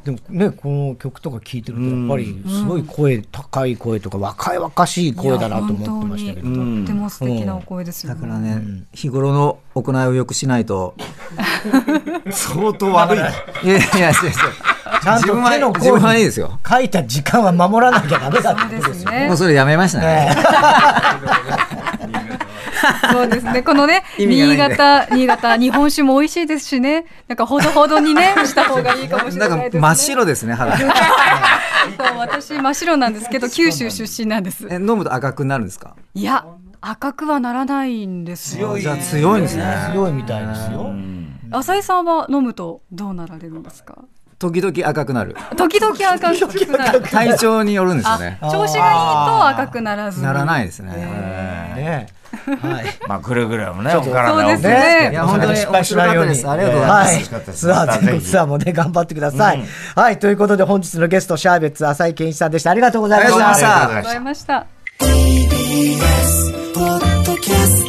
[SPEAKER 1] でもね、この曲とか聴いてると、やっぱりすごい声、高い声とか、若い若しい声だなと思ってましたけど。
[SPEAKER 4] いや本当にとっても素敵なお声ですよ
[SPEAKER 2] だか
[SPEAKER 4] ね。
[SPEAKER 2] らね、日頃の行いをよくしないと
[SPEAKER 3] 相当悪い
[SPEAKER 2] いやいやいやいや
[SPEAKER 1] ちゃんと手の
[SPEAKER 2] 自分はいい
[SPEAKER 1] 声
[SPEAKER 2] ですよ
[SPEAKER 1] 書いた時間は守らなきゃダメだってことで
[SPEAKER 4] そうですす
[SPEAKER 1] よ。
[SPEAKER 4] ね
[SPEAKER 2] もう。それやめましたね
[SPEAKER 4] そうですね。このね、
[SPEAKER 2] 意味がないんで
[SPEAKER 4] 新潟、新潟、日本酒も美味しいですしね。なんかほどほどに ね、した方がいいかもしれ
[SPEAKER 2] な
[SPEAKER 4] ない
[SPEAKER 2] ん
[SPEAKER 4] です、
[SPEAKER 2] か
[SPEAKER 4] ね。
[SPEAKER 2] 真っ白ですね肌
[SPEAKER 4] そう、私真っ白なんですけど、九州出身なんです
[SPEAKER 2] え。飲むと赤くなるんですか
[SPEAKER 4] いや、赤くはならないんですよ。
[SPEAKER 2] じゃあ強いんですね
[SPEAKER 1] 強いみたいですよ。
[SPEAKER 4] 浅井さんは飲むとどうなられるんですか。
[SPEAKER 2] 時々赤くなる。
[SPEAKER 4] 時々赤くなる。
[SPEAKER 2] 体調によるんですよね。
[SPEAKER 4] 調子がいいと赤くならずに。
[SPEAKER 2] ならないですね。
[SPEAKER 1] ねはい。
[SPEAKER 3] まあ、くれぐれもね、お
[SPEAKER 4] そう
[SPEAKER 3] 体
[SPEAKER 4] で
[SPEAKER 3] を
[SPEAKER 4] すね
[SPEAKER 2] い。や、本当に
[SPEAKER 1] 失敗
[SPEAKER 2] 面
[SPEAKER 1] し
[SPEAKER 2] 白
[SPEAKER 1] な
[SPEAKER 2] か
[SPEAKER 1] い
[SPEAKER 2] っ
[SPEAKER 1] よう
[SPEAKER 2] た
[SPEAKER 1] に。
[SPEAKER 2] です。ありがとうございます。
[SPEAKER 3] 楽しかったです
[SPEAKER 1] ツアー全
[SPEAKER 3] ぜ
[SPEAKER 1] 国
[SPEAKER 3] ひ
[SPEAKER 1] ツアーもね、頑張ってください。はい。ということで、本日のゲスト、シャーベッツ浅井健一さんでした。ありがとうございまし
[SPEAKER 2] ありがとうございま
[SPEAKER 1] た
[SPEAKER 2] し。
[SPEAKER 4] ありがとうございました。
[SPEAKER 5] TBS ポッドキャスト